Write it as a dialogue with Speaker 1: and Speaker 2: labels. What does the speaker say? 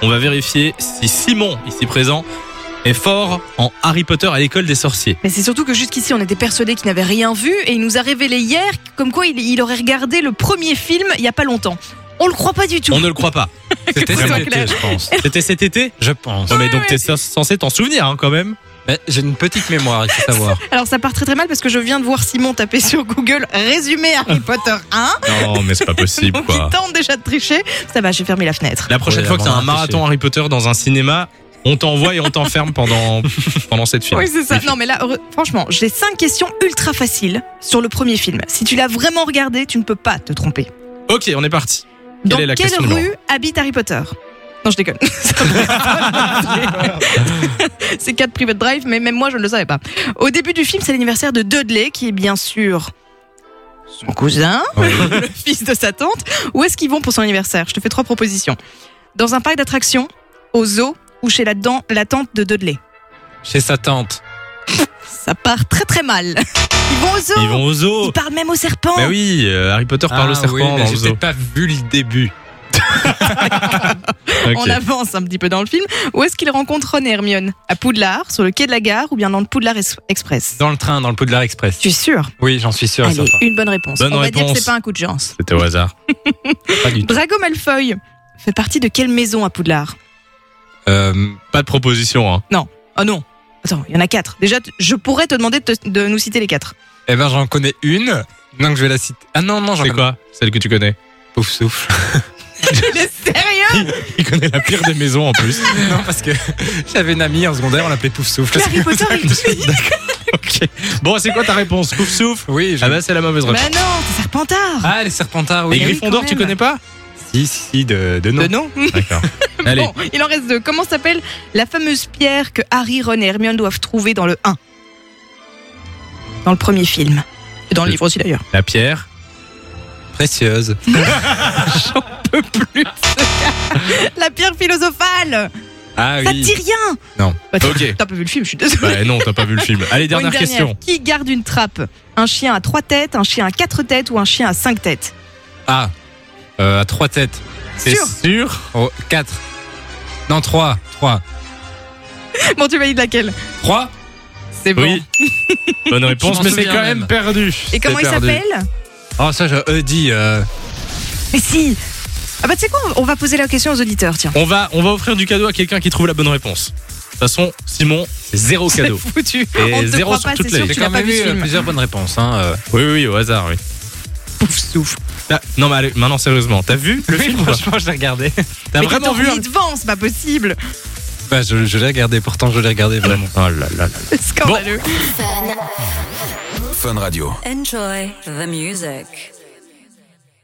Speaker 1: On va vérifier si Simon, ici présent, est fort en Harry Potter à l'école des sorciers.
Speaker 2: Mais c'est surtout que jusqu'ici, on était persuadé qu'il n'avait rien vu et il nous a révélé hier comme quoi il, il aurait regardé le premier film il y a pas longtemps. On le croit pas du tout.
Speaker 1: On ne le croit pas. C'était
Speaker 2: Vraiment.
Speaker 1: cet
Speaker 2: soit clair.
Speaker 1: été.
Speaker 3: je pense.
Speaker 1: C'était cet été
Speaker 3: Je pense.
Speaker 1: Non mais donc t'es censé t'en souvenir hein, quand même.
Speaker 3: Mais J'ai une petite mémoire, il faut savoir.
Speaker 2: Alors ça part très très mal parce que je viens de voir Simon taper sur Google résumé Harry Potter 1.
Speaker 1: Non mais c'est pas possible
Speaker 2: Donc Ah. il tente déjà de tricher. Ça va, j'ai fermé la fenêtre.
Speaker 1: La prochaine
Speaker 3: Oui,
Speaker 1: fois que t'as un
Speaker 3: avant
Speaker 1: marathon
Speaker 3: d'afficher.
Speaker 1: Harry Potter dans un cinéma, on t'envoie et on t'enferme pendant pendant cette film.
Speaker 2: Oui, c'est ça. Non, mais là, heureux- franchement, j'ai cinq questions ultra faciles sur le premier film. Si tu l'as vraiment regardé, tu ne peux pas te tromper.
Speaker 1: Ok, on est parti. Quelle
Speaker 2: Dans
Speaker 1: est la
Speaker 2: quelle
Speaker 1: question numéro
Speaker 2: rue habite Harry Potter Non, je déconne. Ça me fait- c'est 4 Private Drive, mais même moi, je ne le savais pas. Au début du film, c'est l'anniversaire de Dudley, qui est bien sûr son cousin, le fils de sa tante. Où est-ce qu'ils vont pour son anniversaire Je te fais trois propositions. Dans un parc d'attractions, au zoo ou chez la, dan- la tante de Dudley.
Speaker 3: Chez sa tante.
Speaker 2: Ça part très très mal. Ils vont au zoo
Speaker 1: Ils vont au zoo.
Speaker 2: Il parle même au serpent.
Speaker 1: Bah oui, euh, Harry Potter parle au
Speaker 2: Ah
Speaker 1: serpent
Speaker 3: Ah oui, mais
Speaker 1: dans le
Speaker 3: j'ai
Speaker 1: zoo.
Speaker 3: peut-être pas vu le début.
Speaker 2: On avance un petit peu dans le film. Où est-ce qu'il rencontre Ron et Hermione À Poudlard, sur le quai de la gare ou bien dans le Poudlard Es- Express
Speaker 3: Dans le train, dans le Poudlard Express.
Speaker 2: Tu es sûr
Speaker 3: Oui, j'en suis sûr. et
Speaker 2: Allez,
Speaker 3: certain.
Speaker 2: une bonne réponse.
Speaker 1: Bonne
Speaker 2: On va dire
Speaker 1: réponse.
Speaker 2: que c'est pas un coup de chance.
Speaker 1: C'était au hasard.
Speaker 3: Pas du tout.
Speaker 2: Drago Malfoy fait partie de quelle maison à Poudlard
Speaker 3: Euh,
Speaker 1: Pas de proposition. Hein.
Speaker 2: Oh non Attends, il y en a quatre. Déjà, t- je pourrais te demander de, te- de nous citer les quatre.
Speaker 3: eh ben, j'en connais une. Donc, je vais la citer. Ah non, non, j'en
Speaker 1: C'est
Speaker 3: connais
Speaker 1: quoi Celle que tu connais
Speaker 3: Pouf souffle.
Speaker 2: Il est sérieux
Speaker 1: Il connaît la pire des maisons en plus.
Speaker 3: non, parce que j'avais une amie en secondaire, on l'appelait Pouf souffle.
Speaker 2: Harry Potter, il
Speaker 1: Ok. Bon, c'est quoi ta réponse Pouf souffle
Speaker 3: Oui, je...
Speaker 1: Ah bah c'est la mauvaise réponse.
Speaker 2: Bah non, c'est Serpentard
Speaker 3: Ah, les Serpentards,
Speaker 1: Et
Speaker 3: oui.
Speaker 2: oui,
Speaker 1: Gryffondor,
Speaker 2: quand
Speaker 1: tu
Speaker 2: même.
Speaker 1: connais pas
Speaker 3: Si, si, si, de, de nom.
Speaker 2: De nom
Speaker 1: D'accord. Allez,
Speaker 2: Euh, Bon, il en reste deux. Comment s'appelle la fameuse pierre que Harry, Ron et Hermione doivent trouver dans le 1 Dans le premier film. Et dans le livre aussi d'ailleurs.
Speaker 1: la pierre.
Speaker 3: Précieuse.
Speaker 2: La pierre philosophale
Speaker 3: Ah
Speaker 2: Ça te
Speaker 3: oui.
Speaker 2: dit rien
Speaker 3: Non.
Speaker 2: Bah, t'as-
Speaker 1: Ok.
Speaker 2: T'as pas vu le film, je suis désolée.
Speaker 1: Bah non, t'as pas vu le film. Allez,
Speaker 2: Bon,
Speaker 1: dernière,
Speaker 2: une
Speaker 1: question.
Speaker 2: Qui garde une trappe Un chien à trois têtes, un chien à quatre têtes ou un chien à cinq têtes
Speaker 3: Ah, euh, à trois têtes.
Speaker 1: C'est
Speaker 2: Sûr.
Speaker 1: sûr
Speaker 3: Oh, quatre. Non, trois. Trois.
Speaker 2: Bon, tu valides laquelle
Speaker 3: Trois
Speaker 2: C'est bon.
Speaker 1: Oui. Bonne réponse,
Speaker 3: m'en
Speaker 1: mais c'est
Speaker 3: souviens
Speaker 1: quand même,
Speaker 3: même.
Speaker 1: perdu.
Speaker 2: Et comment il
Speaker 3: C'est perdu.
Speaker 2: s'appelle
Speaker 3: Oh, ça, je euh, dis. euh,
Speaker 2: Mais si Ah bah tu sais quoi On va poser la question aux auditeurs, tiens.
Speaker 1: On va, on va offrir du cadeau à quelqu'un qui trouve la bonne réponse. De toute façon, Simon, c'est zéro cadeau.
Speaker 2: Foutu.
Speaker 1: Et
Speaker 2: On ne te
Speaker 1: zéro
Speaker 2: croit
Speaker 1: sur
Speaker 2: pas,
Speaker 1: toute
Speaker 2: c'est
Speaker 1: la
Speaker 2: sûr
Speaker 1: liste.
Speaker 2: que tu
Speaker 3: J'ai
Speaker 2: n'as
Speaker 3: quand
Speaker 2: pas
Speaker 3: même
Speaker 2: vu
Speaker 3: eu
Speaker 2: ce
Speaker 3: euh,
Speaker 2: film.
Speaker 3: plusieurs bonnes réponses. Hein, euh.
Speaker 1: Oui, oui, au hasard, oui.
Speaker 2: Pouf souffle.
Speaker 1: Ah, non, mais allez, maintenant, sérieusement, t'as vu le
Speaker 3: Oui,
Speaker 1: film ou pas
Speaker 3: franchement, je l'ai regardé.
Speaker 1: T'as
Speaker 2: Mais
Speaker 1: vraiment vu
Speaker 2: t'es devant, c'est pas possible.
Speaker 3: Bah, je je l'ai regardé, pourtant, je l'ai regardé vraiment.
Speaker 1: Oh là là là.
Speaker 2: Scandaleux.
Speaker 4: Enjoy the music.